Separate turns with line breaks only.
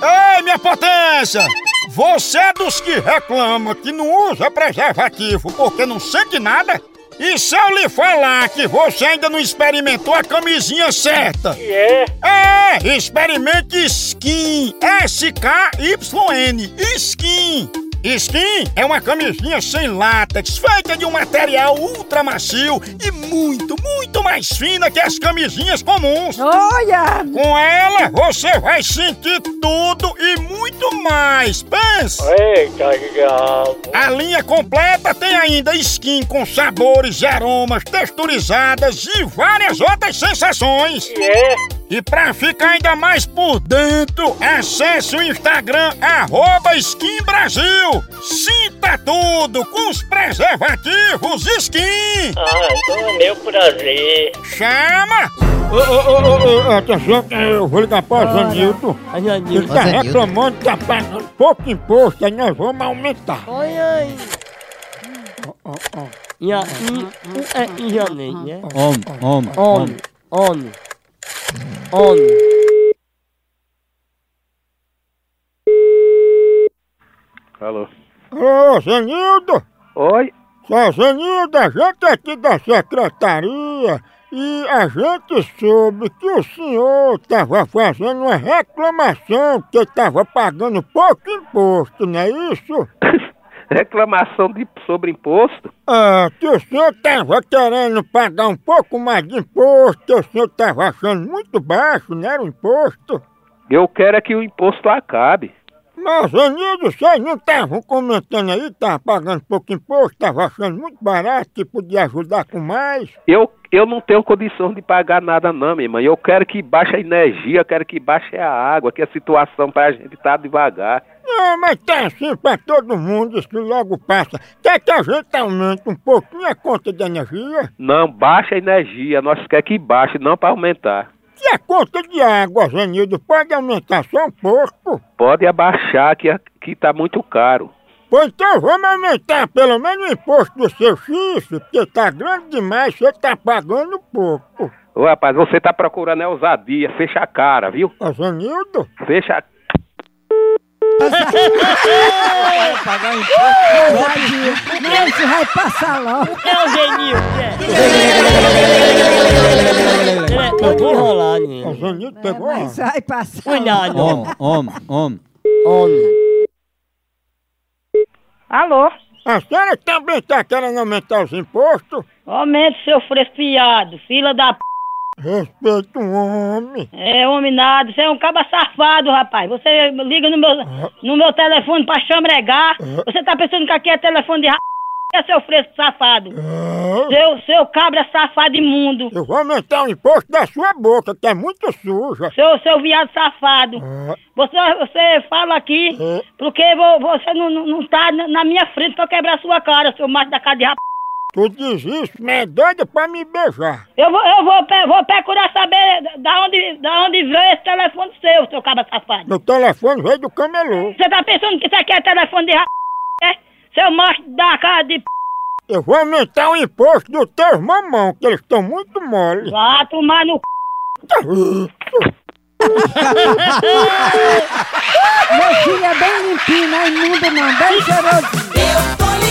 Dona Potência! Você é dos que reclama que não usa preservativo porque não sente nada? E se eu lhe falar que você ainda não experimentou a camisinha certa?
E é?
É, experimente Skin. S-K-Y-N. Skin. Skin é uma camisinha sem látex, feita de um material ultra macio e muito, muito mais fina que as camisinhas comuns.
Olha!
Com ela, você vai sentir tudo e muito mais. Pensa!
Eita, diabo.
A linha completa tem ainda skin com sabores e aromas texturizadas e várias outras sensações.
E é?
E pra ficar ainda mais por dentro, acesse o Instagram arroba Skin Brasil. Sinta tudo com os preservativos Skin.
Ah, então é meu prazer.
Chama! Ô, ô, ô, ô, ô, atenção, eu vou ligar pra Zanilton. Ele tá
Zanilton.
reclamando que tá pagando pouco imposto, aí nós vamos aumentar.
Oi, oi. Ia, i, u, e, é, i, janej, nie?
Homem, homem,
On,
homem.
on, on.
Alô.
Ô, Zenildo!
Oi?
Seu Zenildo, a gente é aqui da secretaria e a gente soube que o senhor estava fazendo uma reclamação porque estava pagando pouco imposto, não é isso?
Reclamação de, sobre imposto?
Ah, que o senhor estava querendo pagar um pouco mais de imposto, que o senhor estava achando muito baixo, não era o imposto?
Eu quero é que o imposto acabe.
Mas, Anildo, vocês não estavam comentando aí, estavam pagando pouco imposto, estavam achando muito barato, que podia ajudar com mais.
Eu, eu não tenho condição de pagar nada não, minha irmã. Eu quero que baixe a energia, eu quero que baixe a água, que a situação pra gente tá devagar.
Não, mas tá assim pra todo mundo, isso logo passa. Quer que a gente aumente um pouquinho a conta de energia?
Não, baixa a energia, nós quer que baixe, não pra aumentar.
E a conta de água, Zanildo, pode aumentar só um pouco?
Pode abaixar, que, a- que tá muito caro.
Pois então vamos aumentar pelo menos o imposto do seu chifre, porque tá grande demais, você tá pagando pouco.
Ô rapaz, você tá procurando é ousadia, fecha a cara, viu?
Ô, Zanildo...
Fecha a...
Não, isso vai passar logo.
É o genio, é. É, não vou rolar,
Ô,
né?
Zanildo
É,
pegou?
mas vai passar
Cuidado.
Homem, homem, homem.
On.
Alô?
A senhora também tá querendo aumentar os impostos?
Aumento seu fresfiado, fila da p...
Respeita o um homem.
É, homem nada, você é um caba safado, rapaz. Você liga no meu,
Ah.
no meu telefone pra chambregar. Você tá pensando que aqui é telefone de ra... É seu fresco safado.
Ah,
Seu, seu cabra safado imundo.
Eu vou aumentar o imposto da sua boca, que é muito suja.
Seu, seu viado safado.
Ah.
Você, você fala aqui
Hã?
porque vo- você não, não, não tá na na minha frente pra eu quebrar sua cara, seu macho da cara de rap...
Tu diz isso, mas é doida pra me beijar.
Eu vou, eu vou, pe- vou procurar saber da onde, da onde veio esse telefone seu, seu cabra safado.
Meu telefone veio do camelô.
Você tá pensando que isso aqui é telefone de ra... é? Seu macho da cara de p...
Eu vou aumentar o imposto dos teus mamão, que eles estão muito mole.
Vá tomar no c...
Meu filho é bem limpinho, não é imundo não, bem cheiroso.
Eu tô